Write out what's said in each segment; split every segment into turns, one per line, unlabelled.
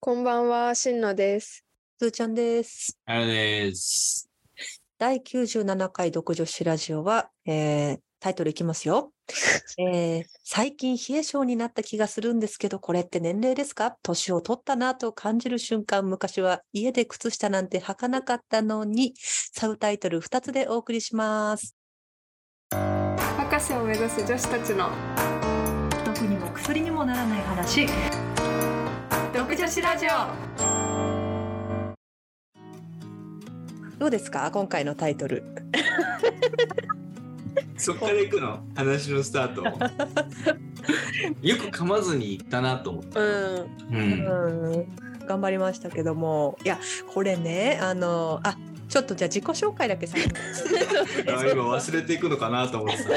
こんばんは、しんのです。
すーちゃんです。
あれです。
第97回独女子ラジオは、えータイトルいきますよ、えー最近冷え性になった気がするんですけど、これって年齢ですか年を取ったなと感じる瞬間、昔は家で靴下なんて履かなかったのに、サブタイトル2つでお送りします。
博士を目指す女子たちの
毒にも薬にもならない話。
独女子ラジオ。
どうですか今回のタイトル。
そっから行くの話のスタ ート。よく噛まずに行ったなと思った。
うん、
うん。
うん、頑張りましたけどもいやこれねあのあちょっとじゃあ自己紹介だけ先に
あ今忘れていくのかなと思って た。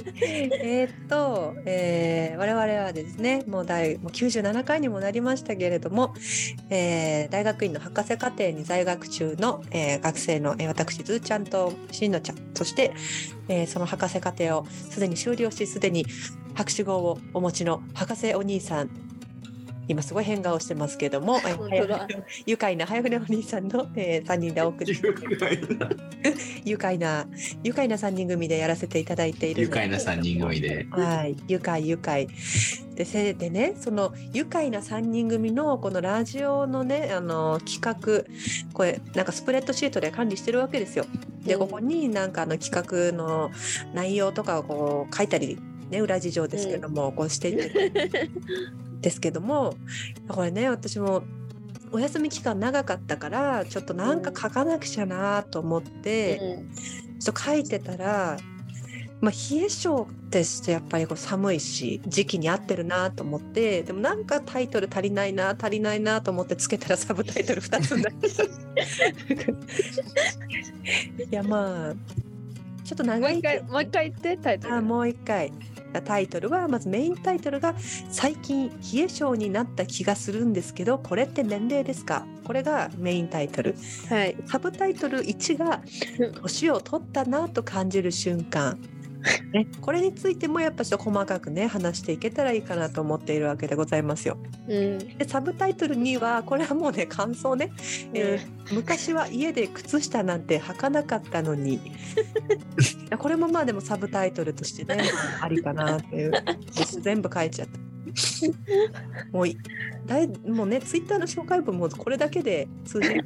えーっと、えー我々はですねもう第もう97回にもなりましたけれども、えー大学院の博士課程に在学中の、えー学生の、えー私ずーちゃんとしんのちゃんそして、えーその博士課程をすでに修了しすでに博士号をお持ちの博士お兄さん今すごい変顔してますけども、えー
本当だ。
愉快な早船お兄さんの、えー、3人でお 送り
愉快
愉快な
な
愉快な3人組でやらせていただいている
愉快な3人組で。
はい愉快愉快でせでねその愉快な3人組のこのラジオのねあの企画これなんかスプレッドシートで管理してるわけですよで
うん
ここになんかあの企画の内容とかをこう書いたりね裏事情ですけども、こうしていってですけどもこれね私もお休み期間長かったからちょっとなんか書かなくちゃなと思って、
う
ちょっと書いてたら、まあ、冷え性ですとやっぱりこう寒いし時期に合ってるなと思ってでもなんかタイトル足りないな足りないなと思ってつけたら サブタイトル2つにな った。いやまあちょっと
ん
長
もう
い
一回、もう一回言って、タイトル。
あもう一回タイトルはまずメインタイトルが「最近冷え性になった気がするんですけどこれって年齢ですか?」これがメインタイトル
はい。
サブタイトル1が「年を取ったなと感じる瞬間」ね、これについてもやっぱちょっと細かくね話していけたらいいかなと思っているわけでございますよ。
うん、
でサブタイトル2はこれはもうね感想ね、えー昔は家で靴下なんて履かなかったの にいやこれもまあでもサブタイトルとしてねありかなっていう全部書いちゃったもういだいもうねツイッターの紹介文もこれだけで通じる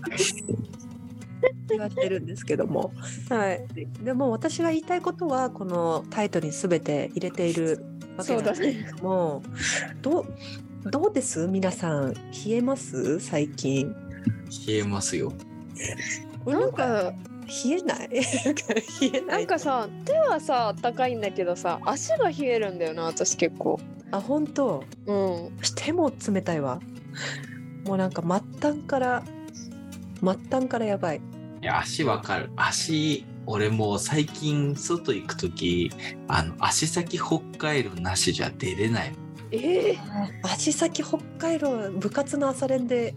気がしてるんですけども
はい。
でも私が言いたいことはこのタイトルに全て入れているわけ
そう
な
ん
で
だ
す
ね。
もうどうどうです皆さん冷えます最近
冷えますよ。
なんか、
冷えない 冷えな
ないんかさ、手はさ、暖かいんだけどさ、足が冷えるんだよな、私結構。
あ本当
うん。
手も冷たいわもうなんか末端から末端からやばい
いや、足わかる。足、俺もう最近外行くとき、あの、足先北海道なしじゃ出れない。
ええ
足先北海道部活の朝練で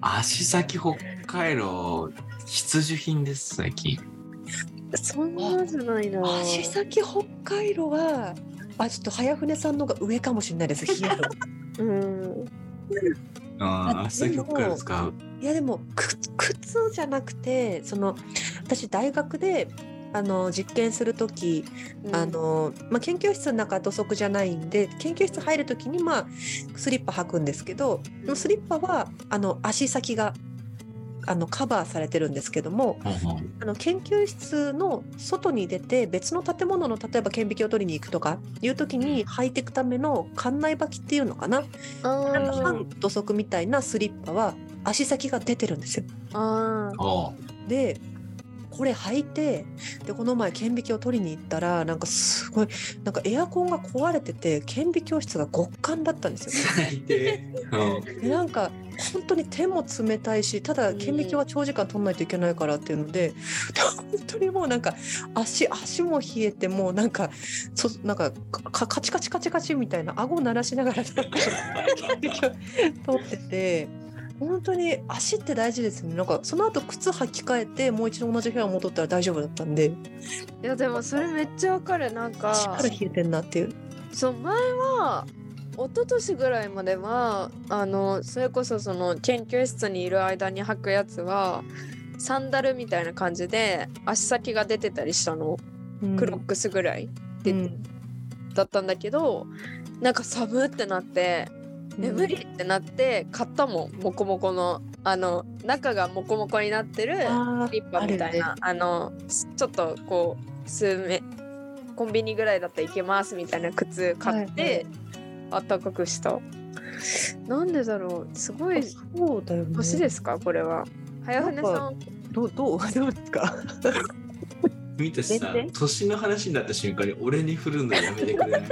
足先北海道必需品です、最近。
そんなじゃないな。
足先北海道はあちょっと早船さんのが上かもしれな いです冷え
う
る
ん。
うん、
あ
足先北海道使う。
いやでもく靴じゃなくてその私大学であの実験する時あのまあ、研究室の中は土足じゃないんで研究室入る時に、まあ、スリッパ履くんですけど
うん
でもスリッパはあの足先があのカバーされてるんですけども
うんうん
あの研究室の外に出て別の建物の例えば顕微鏡を取りに行くとかいう時に履いていくための館内履きっていうのかな
あ
なんか
ー
半土足みたいなスリッパは足先が出てるんですよ。
あー。
おう
でこれ履いてでこの前顕微鏡を取りに行ったらなんかすごいなんかエアコンが壊れてて顕微鏡室が極寒だったんですよ。
最低。うん。
でなんか本当に手も冷たいしただ
うん
顕微鏡は長時間取らないといけないからっていうので本当にもうなんか足足も冷えてもうなんかそなんかかカチカチカチカチみたいな顎を鳴らしながらなんか 撮ってて本当に足って大事ですよねなんかその後靴履き替えてもう一度同じ部屋戻ったら大丈夫だったんで
いや、でも、それめっちゃわかる、なんか。
力冷えてんなっていう
そう前は一昨年ぐらいまではあのそれこそその研究室にいる間に履くやつはサンダルみたいな感じで足先が出てたりしたのクロックスぐらい
て
だったんだけど、なんか寒ってなって眠りってなって買ったもんモコモコのあの中がモコモコになってる
あー
リッパみたいなあ,、のすちょっとこう数名コンビニぐらいだったらいけますみたいな靴買って、
はいはい
あったかくしたなんでだろうすご
ある
い
ねそうだよね
年ですかこれは早船さん
どう どうどうですか
見てさ
全然
年の話になった瞬間に俺に振るのやめてくれない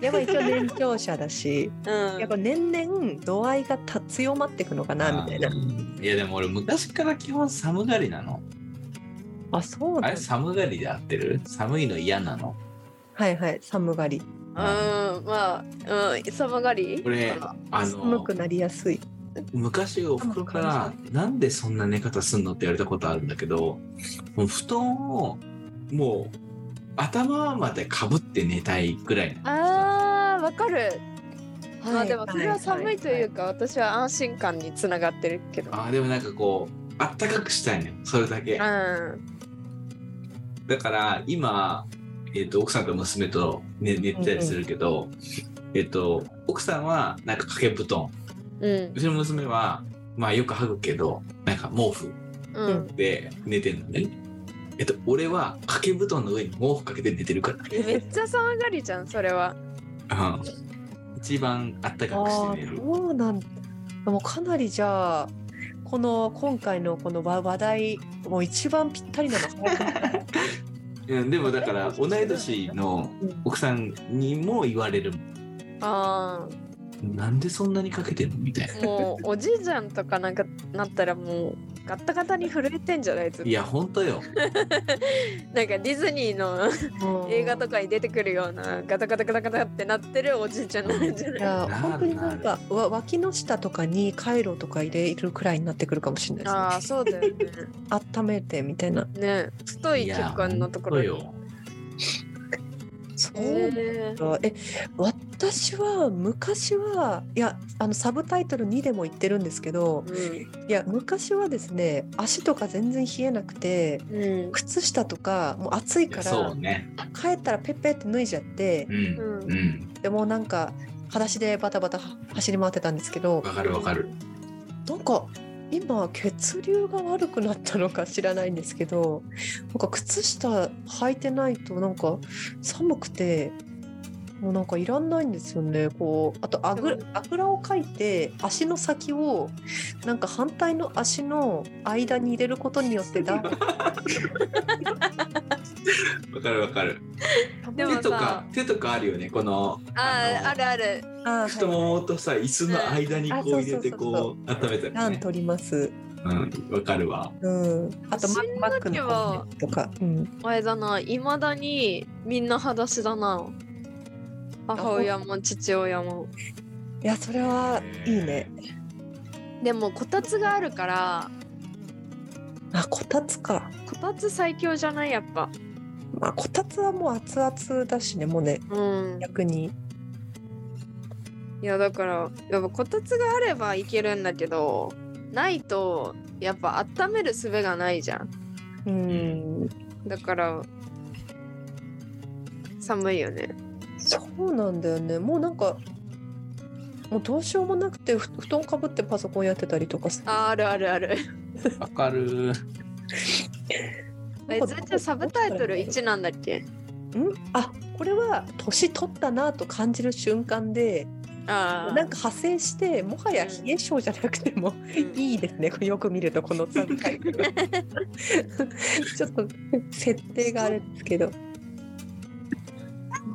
やっぱ一応年長者だし
うん
やっぱ年々度合いがた強まっていくのかなみたいな
うんいやでも俺昔から基本寒がりなの
あそう
あ
だ
れ寒がりで合ってる寒いの嫌なの
はいはい寒がり
うんまあうん寒がり
これあ
寒
の
くなりやすい
昔おふくろから「なんでそんな寝方すんの?」って言われたことあるんだけどもう布団をもう頭までかぶって寝たいぐらいな
あーわかるま
は
あ
い
でもそれは寒いというか私は安心感につながってるけど
あーでもなんかこうあったかくしたいねそれだ
う
け
ん
だから今、えっと奥さんと娘と寝寝てたりするけど、えっと奥さんはなんか掛け布団
うん
うちの娘はまあよく剥ぐけどなんか毛布
うん
で寝てるのねえっと俺は掛け布団の上に毛布かけて寝てるから
えめっちゃ寒がりじゃんそれは
うん一番あったかくし
ああ
て寝る。
そうなんだもうかなりじゃあこの今回のこの話話題もう一番ぴったりなの
うん、でもだから同い年の奥さんにも言われるも
あ
んなんでそんなにかけてんのみたいな
あもうおじいちゃんとかなんかなったらもうガッタガタに震えてんじゃないずっと
いや本当よ
なんかディズニー の映画とかに出てくるようなガタガタガタガタってなってるおじいちゃんなんじゃ
い
ない
や
なる
本当になんかわ脇の下とかにカイロとか入れるくらいになってくるかもしれないですね
ああそうだよね
温めてみたいな
ね太い血管のところ
いや本
そ
へー
え私は昔はいやあのサブタイトル2でも言ってるんですけどいや昔はですね足とか全然冷えなくて
うんうん
靴下とかもう暑い
当
か
よ
ら
そうね
帰ったらペッペって脱いじゃって
うん
うん
うん
でもうなんか裸足でバタバタは走り回ってたんですけど
わかるわかる
なんか今血流が悪くなったのか知らないんですけどなんか靴下履いてないとなんか寒くてもうなんかいらんないんですよねこうあとあぐ
で
あぐらをかいて足の先をなんか反対の足の間に入れることによってだ
わかるわかる
でも
手
さ
とか手とかあるよねこの
あーあ
の
るある
あ
太ももとさ椅子の間にこ
うん
う
あ
入れて
そうそうそ
こう温めたり
ラン
ね
取ります。
うんわかるわ
うん。あとマ
しんどけば
マックの方とか。うん。
あれだな、いまだにみんな裸足だな。母親も父親も。
いやそれはいいね。
でもこたつがあるから、
あこたつか。
こたつ最強じゃないやっぱ。
まあこたつはもう熱々だしねもうね
うん。
逆に。
いやだから、やっぱこたつがあればいけるんだけど、ないとやっぱ温める術がないじゃん。
うん。
だから、寒いよね。
そうなんだよね。もうなんかもうどうしようもなくてふ布団かぶってパソコンやってたりとかさ。
あーあるあるある。
わかる
え、ずっとサブタイトル1なんだっけ
うん？あこれは年取ったなと感じる瞬間で
ああ。
なんか派生してもはや冷え性じゃなくても。
うん
いいですね。これよく見るとこのサブ タイトルちょっと設定があれですけど、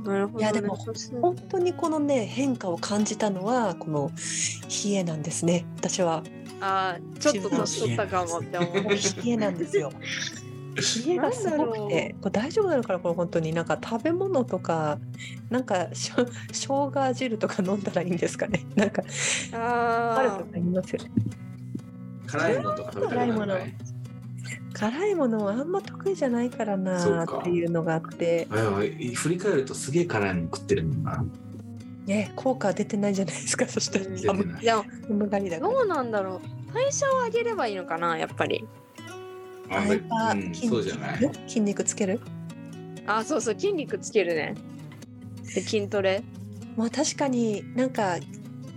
なるほどね
いやでも本当にこのね変化を感じたのはこの冷えなんですね。私は
あーちょっと年取ったかもって思
も
う
う。冷えなんですよ。冷えがすごくて、これ大丈夫なのかなこれ本当になんか食べ物とかなんかしょ生姜汁とか飲んだらいいんですかね。 なんかある
あ
とか言いますよね。
辛いものとか食べたことない
辛いものはあんま得意じゃないからな
そうか
ーっていうのがあって。
あいや振り返るとすげえ辛いの食ってるんだな
ね効果は出てないじゃないですかそしたら
うん
出て
寒
ない
でも
寒がりだか
ど
ら
うなんだろう代謝を上げればいいのかなやっぱり
あ
代謝
うん、
筋
そうじゃない
筋肉つける
あそうそう筋肉つけるねで筋トレ
まあ確かになんか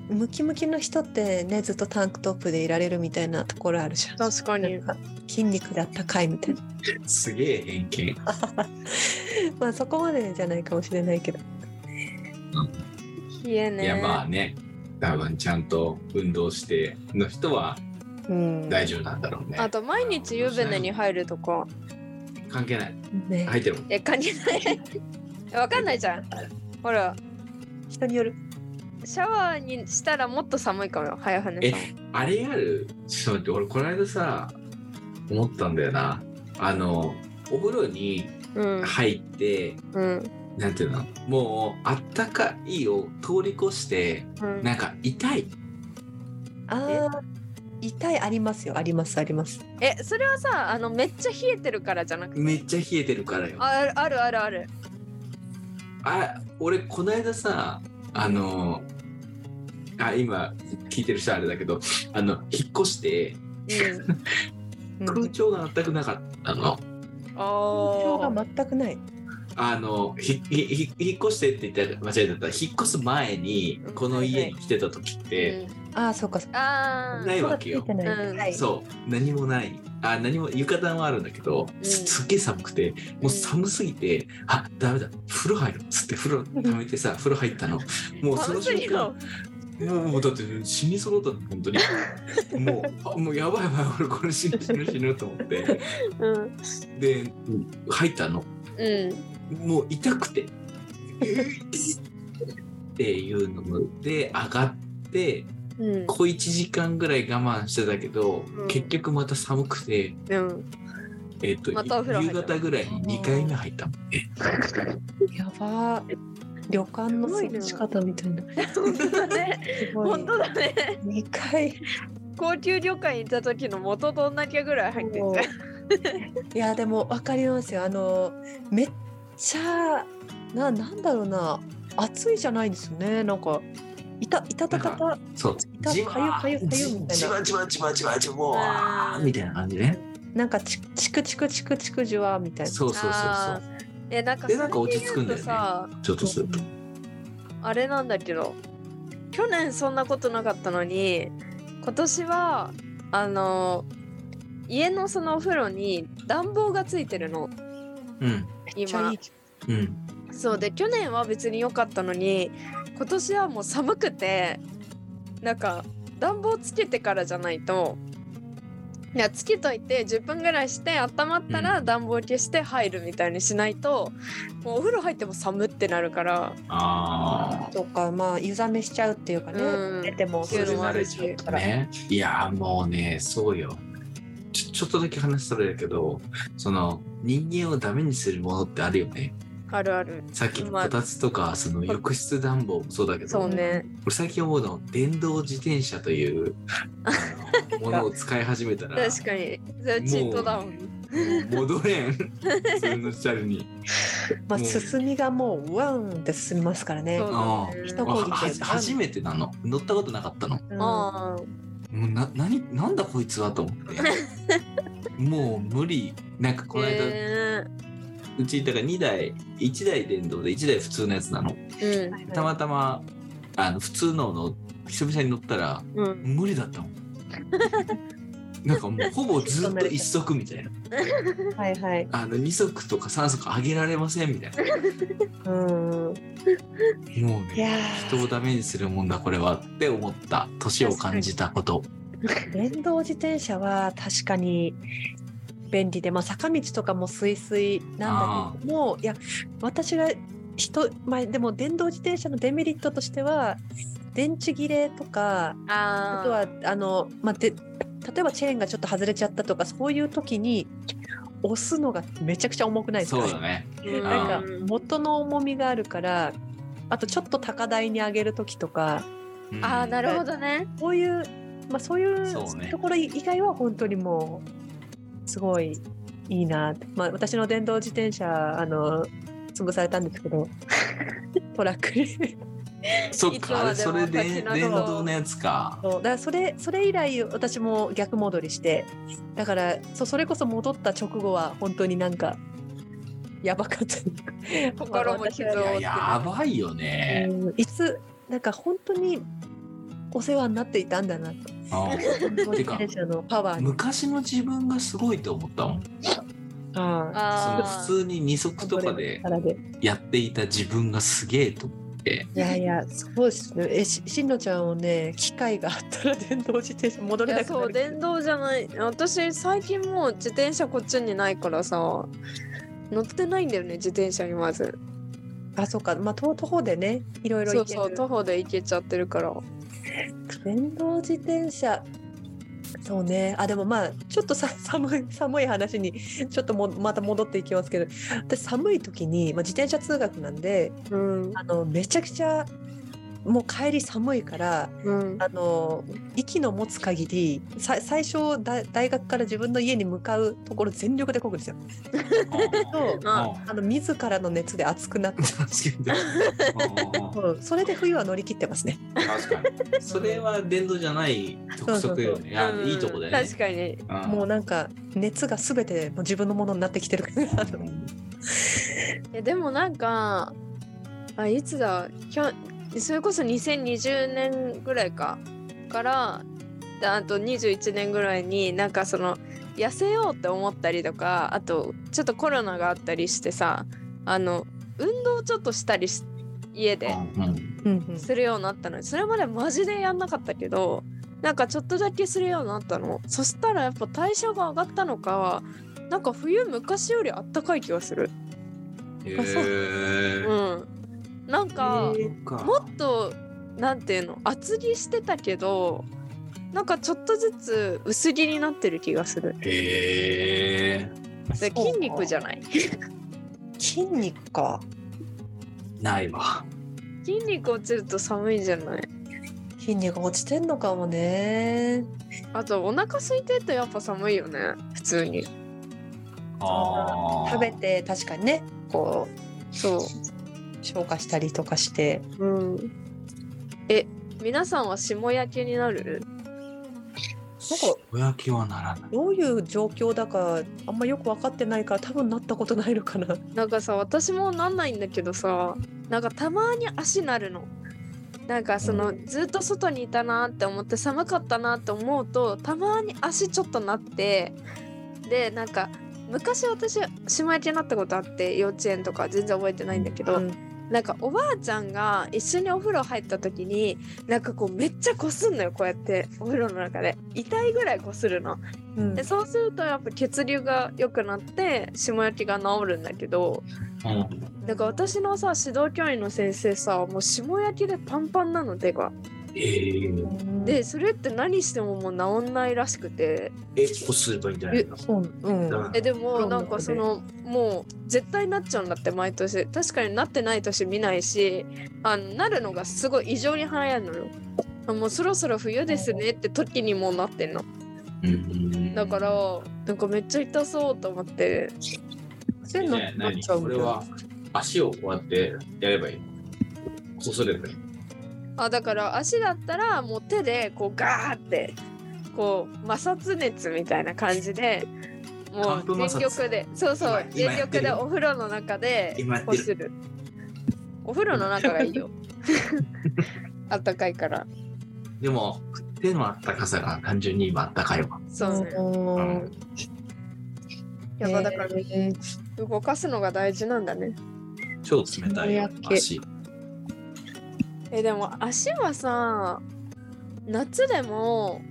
ムキムキの人ってねずっとタンクトップでいられるみたいなところあるじゃん
確かに
なんか筋肉が高いみたいな
すげえ偏見
まあそこまでじゃないかもしれないけど
冷えね
いやまあね多分ちゃんと運動しての人は
うん
大丈夫なんだろうね
あと毎日湯船に入るとか
関係ない
ね、
入ってるもん
え関係ないわかんないじゃんほら
人による
シャワーにしたらもっと寒いかもよ早船
え
さん
あれあるちょっと待って俺この間さ思ったんだよなあのお風呂に
うん
入って、
うん
なんていうのもうあったかいを通り越して
うん
なんか痛い
ああ痛いありますよありますあります
えそれはさあのめっちゃ冷えてるからじゃなくて
めっちゃ冷えてるからよあ
ああるあるある
俺この間さあのあ今聞いてる人あれだけどあの引っ越して
うん
うん
空調が全くなかったの。
あ
今日
ー
が全くない
あのひひひ引っ越してって言ったら間違えた引っ越す前にこの家に来てた時って
ああそうかそうか
あ
な
ー
い
ま
わ
だ
け
つい
よ
て。ない、
うん
はい
そう何もないあ何も浴衣はあるんだけど、
ん
すすっげえ寒くてもう寒すぎて、あダメだ風呂入るっつって風呂溜めてさ風呂入ったのもうその
寒すぎ
瞬
る
間もうもうだって死にそうだったの本当にもうあもうやばいやばい俺これ死ぬ死ぬ死ぬと思って
うん
で入ったの
うん
もう痛くてっていうので上がって
うん
小1時間ぐらい我慢してたけど、
うん
結局また寒くて
うん
えっと、
またお風呂入
夕
ったの
方ぐらいに2回目入ったもんね。
やばー旅館の過ごし方みたいな
本当だね
すごい
本当だね
二回
高級旅館行った時の元と同じぐらい入ってんじゃん
いやでも分かりますよあのめっちゃななんだろうな暑いじゃないんですよねなんかいたいたたかた
そう。
痛い
じわ
かゆかゆかゆみたいな
ーじわじわじわじわじわ
あ
ー
ー
みたいな感じね。
なんかチチクチクチクチクじゅわみたいな
そうそうそう
あ
そ
ーえなんか
でなんか落ち着くん
それで言う
だよね
とさ
う。ちょっとすると。
あれなんだけど去年そんなことなかったのに今年はあの家のそのお風呂に暖房がついてるの
うん。
めっちゃ
今
いい
うん。
そうで去年は別に良かったのに今年はもう寒くてなんか暖房つけてからじゃないといやつけといて10分ぐらいして温まったら暖房消して入るみたいにしないと、もうお風呂入っても寒ってなるから
ああ。
とかまあ湯冷めしちゃうっていうかね、
うん
出ても
そ
そう
い
れ
うのもあ
慣
る
れ
し
ちゃったね。いやーもうね、そうよ。ちょちょっとだけ話それるけど、その人間をダメにするものってあるよね。
あるある
さっきの
まあ
こたつとか、その浴室暖房もそうだけど、
そうね
俺最近思うの電動自転車 というあのものを使い始めたら
確かにそれチートだもん
もう戻 れん普通のチャルに
まあ、
もう
進みがもうワンって進みますからね
そう
あー
だ
ど
ね
こに行け
わ
ば
はじ初めてなの乗ったことなかったの
うん
あー
もうな何なんだこいつはと思って もう無理なんかこの間、
え
うちだから2台1台電動で1台普通のやつなの
ー
はいはい
たまたまあの普通のの久々に乗ったら
うんうん
無理 だったもんなんかもうほぼずっと一足みたいな
はいはい
あの2足とか3足上げられませんみたいな。
うん
もう
いや
ね。人をダメにするもんだこれはって思った年を感じたこと
ー電動自転車は確かに便利で、まあ、坂道とかもすいすいなんだけどもいや私が人前でも電動自転車のデメリットとしては電池切れとかあ
あ
と
ー
はあの、まあ、で例えばチェーンがちょっと外れちゃったとかそういう時に押すのがめちゃくちゃ重くないですか
そうだね
うん
なんか
うん
元の重みがあるからあとちょっと高台に上げる時とか
うん
あーなるほどね
こういう、まあ、そうい
そうね
うところ以外は本当にもうすごいいいなって、まあ、私の 電動自転車あの潰されたんですけどトラックに
そっ
いつ
か、あ
ま
れ
で
そ
も
れ
立
で
ち直ろう
電動のやつか。
そうだからそれそれ以来私も逆戻りしてだからそうそれこそ戻った直後は本当になんかやばかった
心も傷
い
を
や、やばいよね。
うんいつなんか本当にお世話になっていたんだなと
あ
モ
て
チ
か
ベーションのパワーに
昔の自分がすごいと思ったもん。
あ
その
あ
普
ー
通に二足とかで
力で
やっていた自分がすげえと思って。
いやいやそうですねえししんのちゃんをね機会があったら電動自転車戻
い
れな
や
くな
そう
る
電動じゃない私最近もう自転車こっちにないからさ乗ってないんだよね自転車にまず
あそうかまあ徒徒歩でねいろいろ
そ
行
う
け
そう
る
徒歩で行けちゃってるから
電動自転車そうねあでもまあちょっとさ寒い寒い話にちょっともまた戻っていきますけど私寒い時に、まあ、自転車通学なんで
うん
あのめちゃくちゃもう帰り寒いから
うん
あの息の持つ限りさ最初だ大学から自分の家に向かうところ全力でこぐんですよ。そう
ああ
あの自らの熱で熱くなって
確かに。ああ
そうそれで冬は乗り切ってますね。
確かに。それは電動じゃない特色よね。いや
うん
いいとこだよね
確。かに
うん
もうなんか熱が全てもう自分のものになってきてるから
いやでもなんかあいつだきょそれこそ2020年ぐらいかからであと21年ぐらいになんかその痩せようって思ったりとかあとちょっとコロナがあったりしてさあの運動ちょっとしたりし家で
うんうん
うんうん
するようになったのそれまでマジでやんなかったけどなんかちょっとだけするようになったのそしたらやっぱ代謝が上がったのかなんか冬昔よりあったかい気がする。
へ
あそう
え。
うん、なんか
へ
そっか
もっとなんていうの厚着してたけどなんかちょっとずつ薄着になってる気がする
へえ。
で
そう
筋肉じゃない
筋肉か
ないわ。
筋肉落ちると寒いんじゃない
筋肉落ちてんのかもね
あとお腹空いてるとやっぱ寒いよね普通に
ああ。
食べて確かにねこ
そう
消化したりとかして
ううんえ皆さんは霜焼けになる
なんか
おやきはならない。
どういう状況だかあんまよく分かってないから多分なったことないのかな
なんかさ私もなんないんだけどさなんかたまに足なるの。なんかその、
うん
ずっと外にいたなって思って寒かったなって思うとたまに足ちょっとなってでなんか昔私島焼きになったことあって幼稚園とか全然覚えてないんだけど、
うん
なんかおばあちゃんが一緒にお風呂入った時になんかこうめっちゃこすんのよこうやってお風呂の中で痛いぐらいこするの。
うん
でそうするとやっぱ血流が良くなって霜焼きが治るんだけど。
うん。
だから私のさ指導教員の先生さもう霜焼きでパンパンなの手が
ええ。
うん
でそれって何してももう治んないらしくて
え、こうすればいいんじゃないの
そううん
だ
えで
そ
も
うな
なん
だ
んかそのもう絶対なっちゃうんだって毎年確かになってない年見ないしあのなるのがすごい異常に早いのよあもうそろそろ冬ですねって時にもうなってんの
うん
だからなんかめっちゃ痛そうと思って
そういうの
ね
なっ
何
ちゃう
こ
んだ
れは足をこうやってやればいいのこすればいいの
あだから足だったらもう手でこうガーってこう摩擦熱みたいな感じでも
寒
う
風摩
全
擦
力でそうそう
今今
全
やって
力
る
でお風呂の中で
今やって
こ
る
するお風呂の中がいい よあったかいから
でも手のあったかさが単純に今あったかいわ、
そうね
うん
やっぱだから
えー
動かすのが大事なんだね
超冷たいよ
霜焼け
足
えでも足はさ夏でも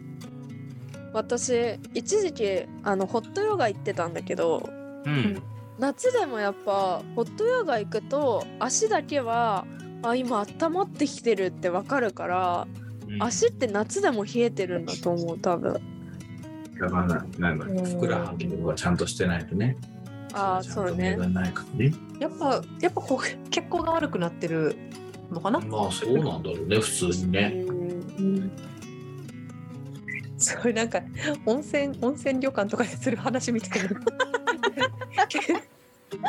私一時期あのホットヨガ行ってたんだけど
うん
夏でもやっぱホットヨガ行くと足だけはあ今温まってきてるってわかるから
うん
足って夏でも冷えてるんだと思う多 分
がまあななんだろうふくらはぎとかちゃんとしてないとね
ああ
ちゃ
そ
ん
う
と目
ね
がないからね
やっぱやっぱこう血行が悪くなってるのかな
まあそうなんだろうね普通に
う
ね
ん
すごいなんか温泉温泉旅館とかです る話みたいな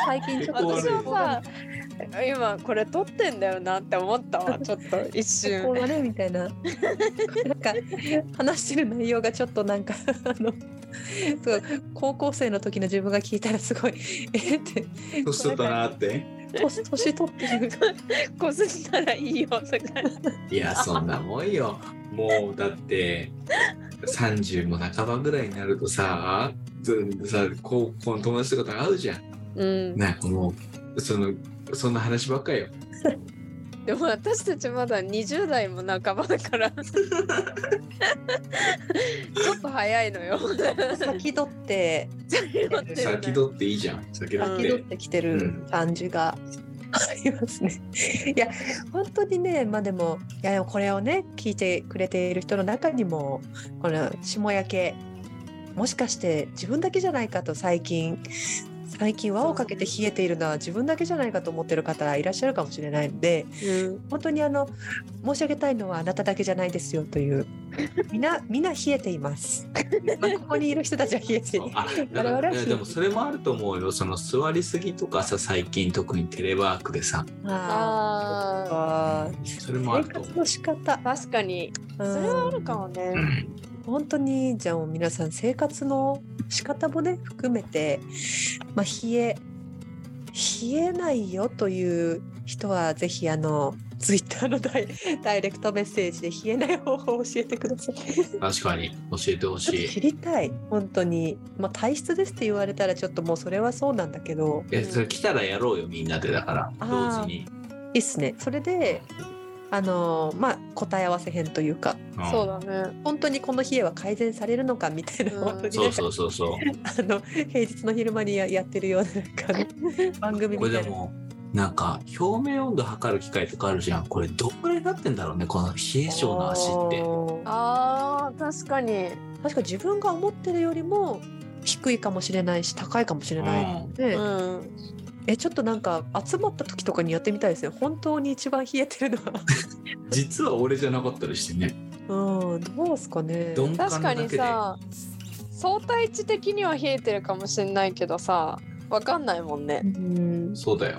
最近ちょっと
私はさ今これ撮ってんだよなって思った わちょっと一
こう
瞬
あれみたいななんか話してる内容がちょっとなんかあのそう高校生の時の自分が聞いたらすごいえって
年取ったなーって。
年年取ってる
こすったらいいよとか
いや、そんなもんよ。もう、だって、30も半ばぐらいになるとさ、ずさ、高校の友達とかと会うじゃん。
うん
なんかもう、その、そんな話ばっかよ。
でも私たちまだ20代も半ばだ からちょっと早いのよ
先取って
乗ってるね
先取っていいじゃん。先取っ。
先取っててきてる感じが。ありますねいや本当にねまあでもいやでもこれをね聞いてくれている人の中にもこの霜焼けもしかして自分だけじゃないかと最近最近輪をかけて冷えているのは自分だけじゃないかと思ってる方いらっしゃるかもしれないので
うん
本当にあの申し上げたいのはあなただけじゃないですよというみんなみんな冷えています。まあここにいる人たちは冷えている
あだ
我
か
々
ら
はい
やでもそれもあると思うよその座りすぎとかさ最近特にテレワークでさ
あ
あー
あ
それもあ
生
ると思
活の仕方、
確かに
う
それはあ
ん、
るかも
う、う
ね
ん、
本当にじゃあもう皆さん生活の仕方もね含めて、まあ、冷え冷えないよという人はぜひあのツイッターのダイ ダイレクトメッセージで冷えない方法を教えてく ださい。
確かに教えて
ちょ
ほ
っ
し
と
い
知りたい本当に、まあ、体質ですって言われたらちょっともうそれはそうなんだけど
えそれ来たらやろうよみんなでだから
あ
同
ー
時に、
いいっすねそれであのまあ答え合わせ編というか
ん
そうだね
本当にこの冷えは改善されるのかみたいな、
うん
本当に
そ
ね
うそうそうそう
あの平日の昼間にややってるようななんかあの番組
こ
み
れ
た
で
いな。
もなんか表面温度測る機械とかあるじゃんこれどんぐらいになってんだろうねこの冷え性の足って
あ
あー確かに
ー確か自分が思ってるよりも低いかもしれないし高いかもしれないので、
うん
えちょっとなんか集まった時とかにやってみたいですよ本当に一番冷えてるの は
実は俺じゃなかったりしてね
うんどうですかね
鈍
確
感
かに
だけで
さ相対値的には冷えてるかもしれないけどさわかんないもんね
うん
そうだよ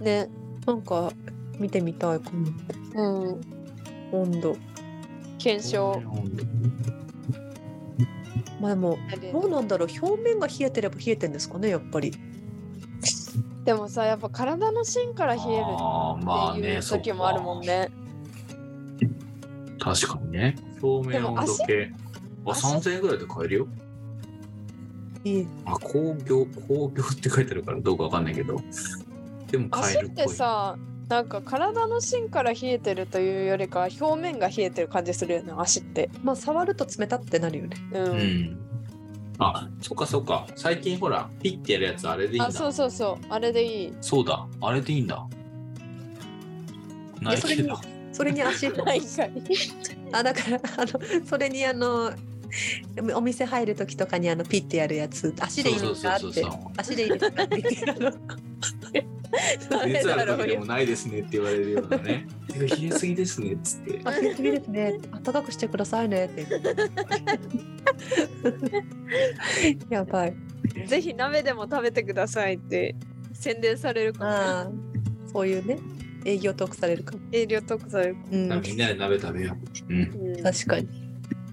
ね
なんか見てみたいこの
うん
温度。
検証
まあでもどうなんだろう表面が冷えてれば冷えてんですかねやっぱり。
でもさやっぱ体の芯から冷える
あーまあ
ってい
ね
う時もあるもんね。
確かにね表面温度計あ
足
3000円ぐらいで買えるよ
いい
あ工業工業って書いてあるからどうかわかんないけどでも買
足
える
っ
っぽ
て
い
さなんか体の芯から冷えてるというよりかは表面が冷えてる感じするよね足って。
まあ触ると冷たってなるよね。
うん。
うんあそっかそっか最近ほらピッてやるやつあれでいいんだ
あそうそうそうあれでいい。
そうだ、あれでいいんだ。ない
それ
け
に
ど。
それに足
ないかい。
あだからあのそれにあのお店入る時とかにあのピッてやるやつ足でいい
そ
で
う
す
そ
か
う
っ
そう
て
そう。
足でいいですかって言ってあの
熱ある
誰だ
時で
ろ
もないですねって言われるような ね。てか冷えすぎですねっつって。
足でいいですね暖かくしてくださいねっ て言ってやばいう
ぜひ鍋でも食べてくださいって宣伝されるかも。
あーそういうね営業トークされるかも、
営業得されるか
うん、
みんなで鍋食べよう。うん。
も。うん
確かに。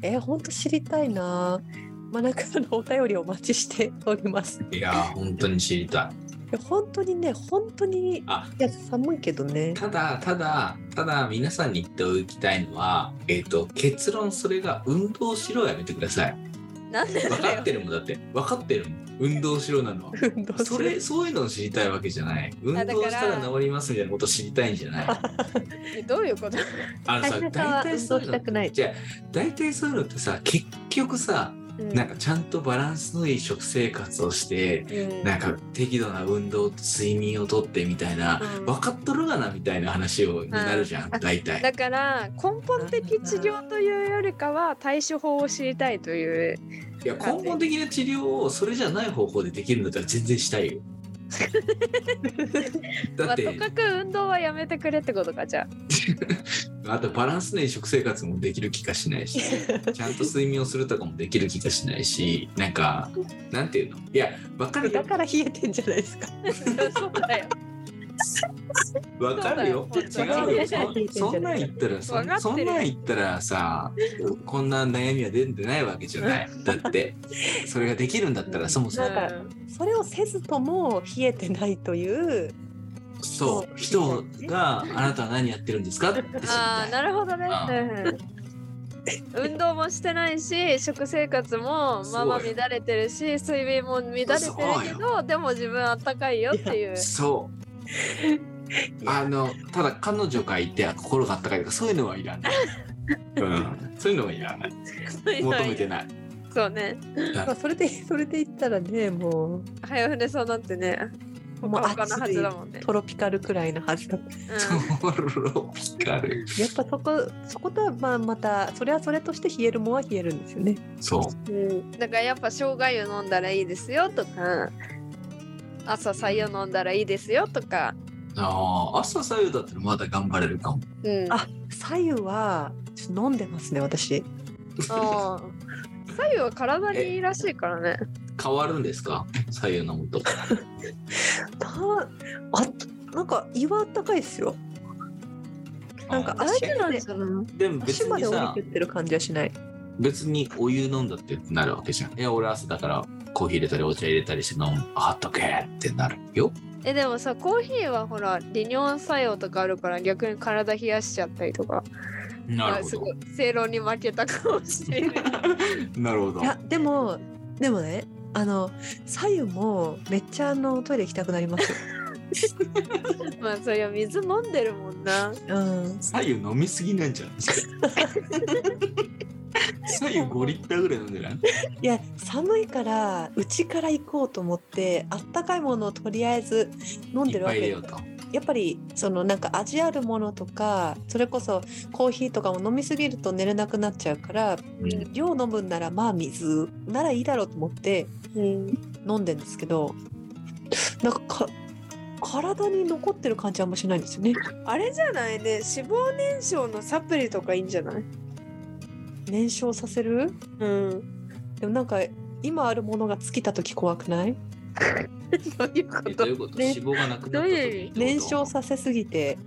えー、本当知りたいな。まあ、なんかあのお便りお待ちしております。
いやー、本当に知りた
いや本当にね、本当にい
あ
や寒いけどね
い。。ただ、ただ、ただ、皆さんに言っておきたいのは、えっ、と、結論それが運動しろやめてください。
なんで
分
だ
かっ
よ。
てるもんだって。分かってるもん。運動しろなのは。
運動す
そ
る
れ、そういうのを知りたいわけじゃない。運
あだから
動したら治りますみたいなこと知りたいんじゃない。
どういうこと？
あの
大
さ、
平
大
さんは
体そう
運動し
いう
た
の
くない
じゃあ大体そういうのってさ結局さ
うん
なんかちゃんとバランスのいい食生活をして
うん
なんか適度な運動と睡眠をとってみたいな
うん
分かっとるがなみたいな話をになるじゃん
あ
大体。
だから根本的治療というよりかは対処法を知りたいという
いや根本的な治療をそれじゃない方法でできるんだったら全然したいよ。だ
ま
っ
あ、と
て
かく運動はやめてくれってことかじゃ
あとバランスのいい食生活もできる気がしないしちゃんと睡眠をするとかもできる気がしないしなんかなんていうのいや分かるよ
だから冷えてんじゃないですか。
あそうだよ
わかるよ。違
そう
だよ
うよ。
本当に
そそんなん言ったら
わかって
さ、
る
そんなん言ったらさ、こんな悩みは出てないわけじゃない。だって、それができるんだったらそもそも
なんかそれをせずとも冷えてないという
そう人があなたは何やってるんですかって知り
あ
た
あ
い
なるほどね。
ああ
うん運動もしてないし食生活もまあまあ
そうよ
乱れてるし睡眠も乱れてるけ
そう
どでも自分あったかいよっていう。
そう。
や
あのただ彼女がいてあ心があったかいとかそういうのはいらない。うん、そういうのはいらない。求めてない。
そうね。
まあそれでそれで言ったらねも
早船そうなってね。
う
ほ
もう
かほかのは
暑い
ずだもんね。
トロピカルくらいのはずだ
う
トロピカル。
やっぱそこそことはまあまたそれはそれとして冷えるもんは冷えるんですよね。
そ
んだからやっぱ生姜湯飲んだらいいですよとか朝白湯飲んだらいいですよとか。
う。ああ、朝左右だったらまだ頑張れるかも。
うん。
あ左右はちょっと飲んでますね私。
あー左右は体にいいらしいからね。
変わるんですか左右飲むと。
たあなんか胃はあったかいですよ。なんか
あ
大事なんじゃない
でも別
足ま
に
で降
さ
りてってる感じはしない。
別にお湯飲んだってなるわけじゃんいや俺朝だからコーヒー入れたりお茶入れたりして飲むあっとけってなるよ
えでもさコーヒーはほら利尿作用とかあるから逆に体冷やしちゃったりとか
な
あすごい正論に負けたかもしれ ない
なるほど
いやでもでもねあの左右もめっちゃあのトイレ行きたくなりますよ。
まあそりゃ水飲んでるもんな
うん。
左右飲みすぎなん じゃないですか左右5リッターぐらい飲んでない
いや寒いからうちから行こうと思ってあったかいものをとりあえず飲ん
い
で
っ
るわ
ぱい入れ
け
ようと
やっぱりそのなんか味あるものとかそれこそコーヒーとかも飲みすぎると寝れなくなっちゃうから
うん
量飲むんならまあ水ならいいだろうと思って
うん
飲んでんですけどなんかか体に残ってる感じはあんましないんですよね。
あれじゃないね脂肪燃焼のサプリとかいいんじゃない
燃焼させる
うん
でもなんか今あるものが尽きた時怖くない
どういうこ
え
と
どういうこと
ね
脂肪がなくなった時ってこと
燃焼させすぎて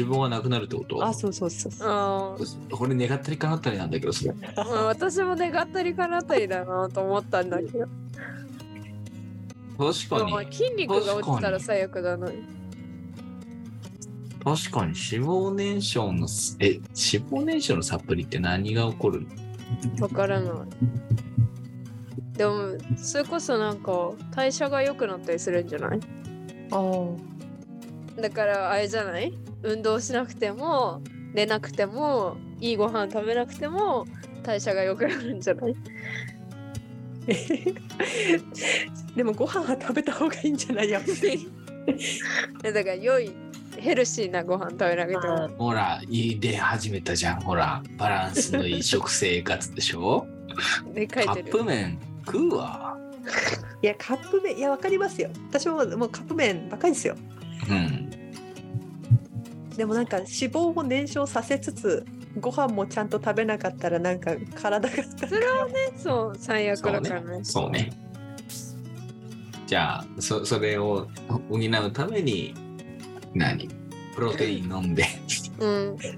脂肪がなくなるってこと
あそうそうそうそう
あ
これ願ったりかなったりなんだけどそれ
あ私も願ったりかなったりだなと思ったんだけど
確かに
まあ筋肉が落ちたら最悪だな
確かに脂肪燃焼のすえ脂肪燃焼のサプリって何が起こるの
わからないでもそれこそなんか代謝が良くなったりするんじゃない
あー
だからあれじゃない運動しなくても寝なくてもいいご飯食べなくても代謝が良くなるんじゃない
でもご飯は食べた方がいいんじゃないやっぱり
えだから良いヘルシーなご飯食べなくても
ほら入れ始めたじゃんほらバランスのいい食生活で しょ
ね書い
カ
て
ップ
る
麺食うわ
いやカップ麺いやわかりますよ私ももうカップ麺ばっかりですよ
うん
でもなんか脂肪を燃焼させつつご飯もちゃんと食べなかったらなんか体が
それはねそう最悪だからね
そうねじゃあそそれを補うために何プロテイン飲んで
うん
で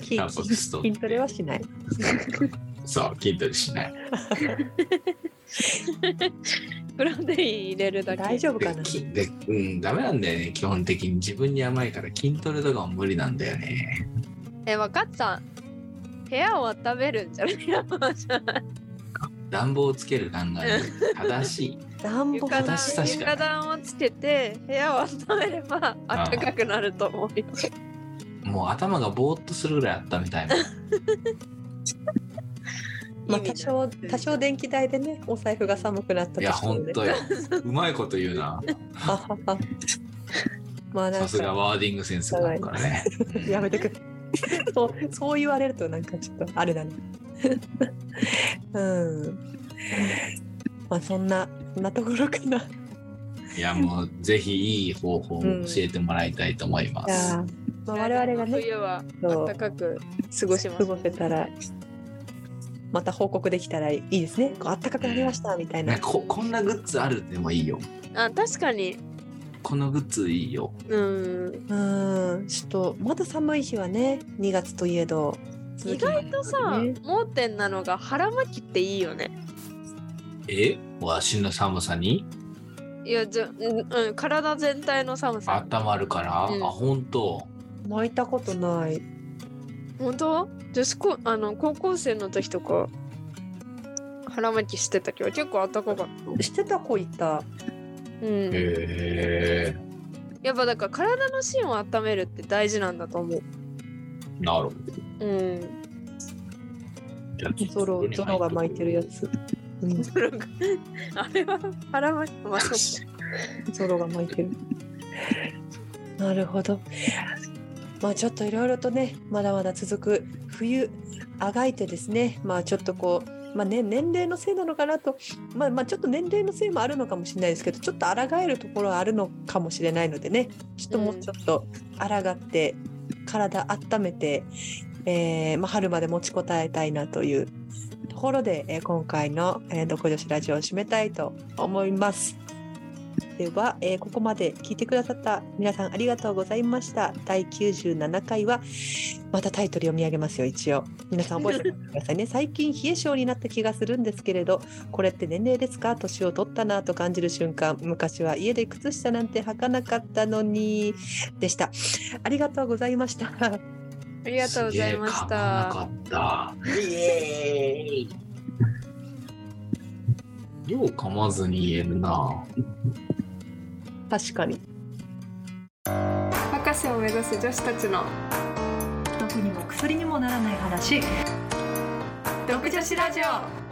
筋
タンパク質とって
筋トレはしない
そう筋トレしない
プロテイン入れるだけ
大丈夫かな
できでうんダメなんだよね基本的に自分に甘いから筋トレとかも無理なんだよね
えわかった部屋を温めるんじゃないやっぱじゃあ
暖房をつける考 え正しい
暖房
床
か
暖
私確かに
床暖をつけて部屋を温めれば暖かくなると思うよ。
もう頭がぼーっとするぐらいあったみた いな。
意味ない
まあ多少多少電気代でねお財布が寒くなった
いや、
としても
ほん
ね
とよ。うまいこと言う な。
はははまあな
さ
ん
すが
か
ワーディングセンスがあるからね。うん
やめてくれそうそう言われるとなんかちょっとあれだね うんまあそんなそんなところかない
や、もうぜひいい方法を教えてもらいたいと思いま
い
す。
やー、まあ、我々がね
冬は
そう
暖かく過ごしま
過
す。
ごせたらまた報告できたらいいですねこうあったかくなりましたみたい
な
なん
かここんなグッズあるでもいいよ。
あ確かに
このグッズいいよ。
うん
うんちょっとまだ寒い日はね2月といえど続
意
きが
外とさ、
ね
盲点なのが腹巻きっていいよね
えわしの寒さに
いやじゃ、うんうん、体全体の寒さ
温まるから、
うん
あ本当
巻いたことない
本当女子高あの高校生の時とか腹巻きしてたけど結構暖かかっ
してた子いた
た、うん、
へえ
やっぱだから体の芯を温めるって大事なんだと思う
なるほど
うん
じゃあ
ゾロゾロが巻いてるやつ、うん、
それが あれは腹巻きまあそっか
ゾロが巻いてるなるほどまあちょっといろいろとねまだまだ続く冬あがいてですねまあちょっとこうまあね、年齢のせいなのかなと、まあ、まあちょっと年齢のせいもあるのかもしれないですけどちょっと抗えるところはあるのかもしれないのでねちょっともうちょっと抗って体温めて、えーまあ、春まで持ちこたえたいなというところで、えー今回の「えー、どこ女子ラジオ」を締めたいと思います。では、えーここまで聞いてくださった皆さんありがとうございました。第97回はまたタイトル読み上げますよ一応。皆さん覚えておいてくださいね。最近冷え性になった気がするんですけれどこれって年齢ですか年を取ったなと感じる瞬間昔は家で靴下なんて履かなかったのにでした。ありがとうございました。
ありがとうございまし
す
た
げえ噛まなかったイエーイ よう噛まずに言えるな
確かに。
博士を目指す女子たちの
毒にも薬にもならない話。
独女子ラジオ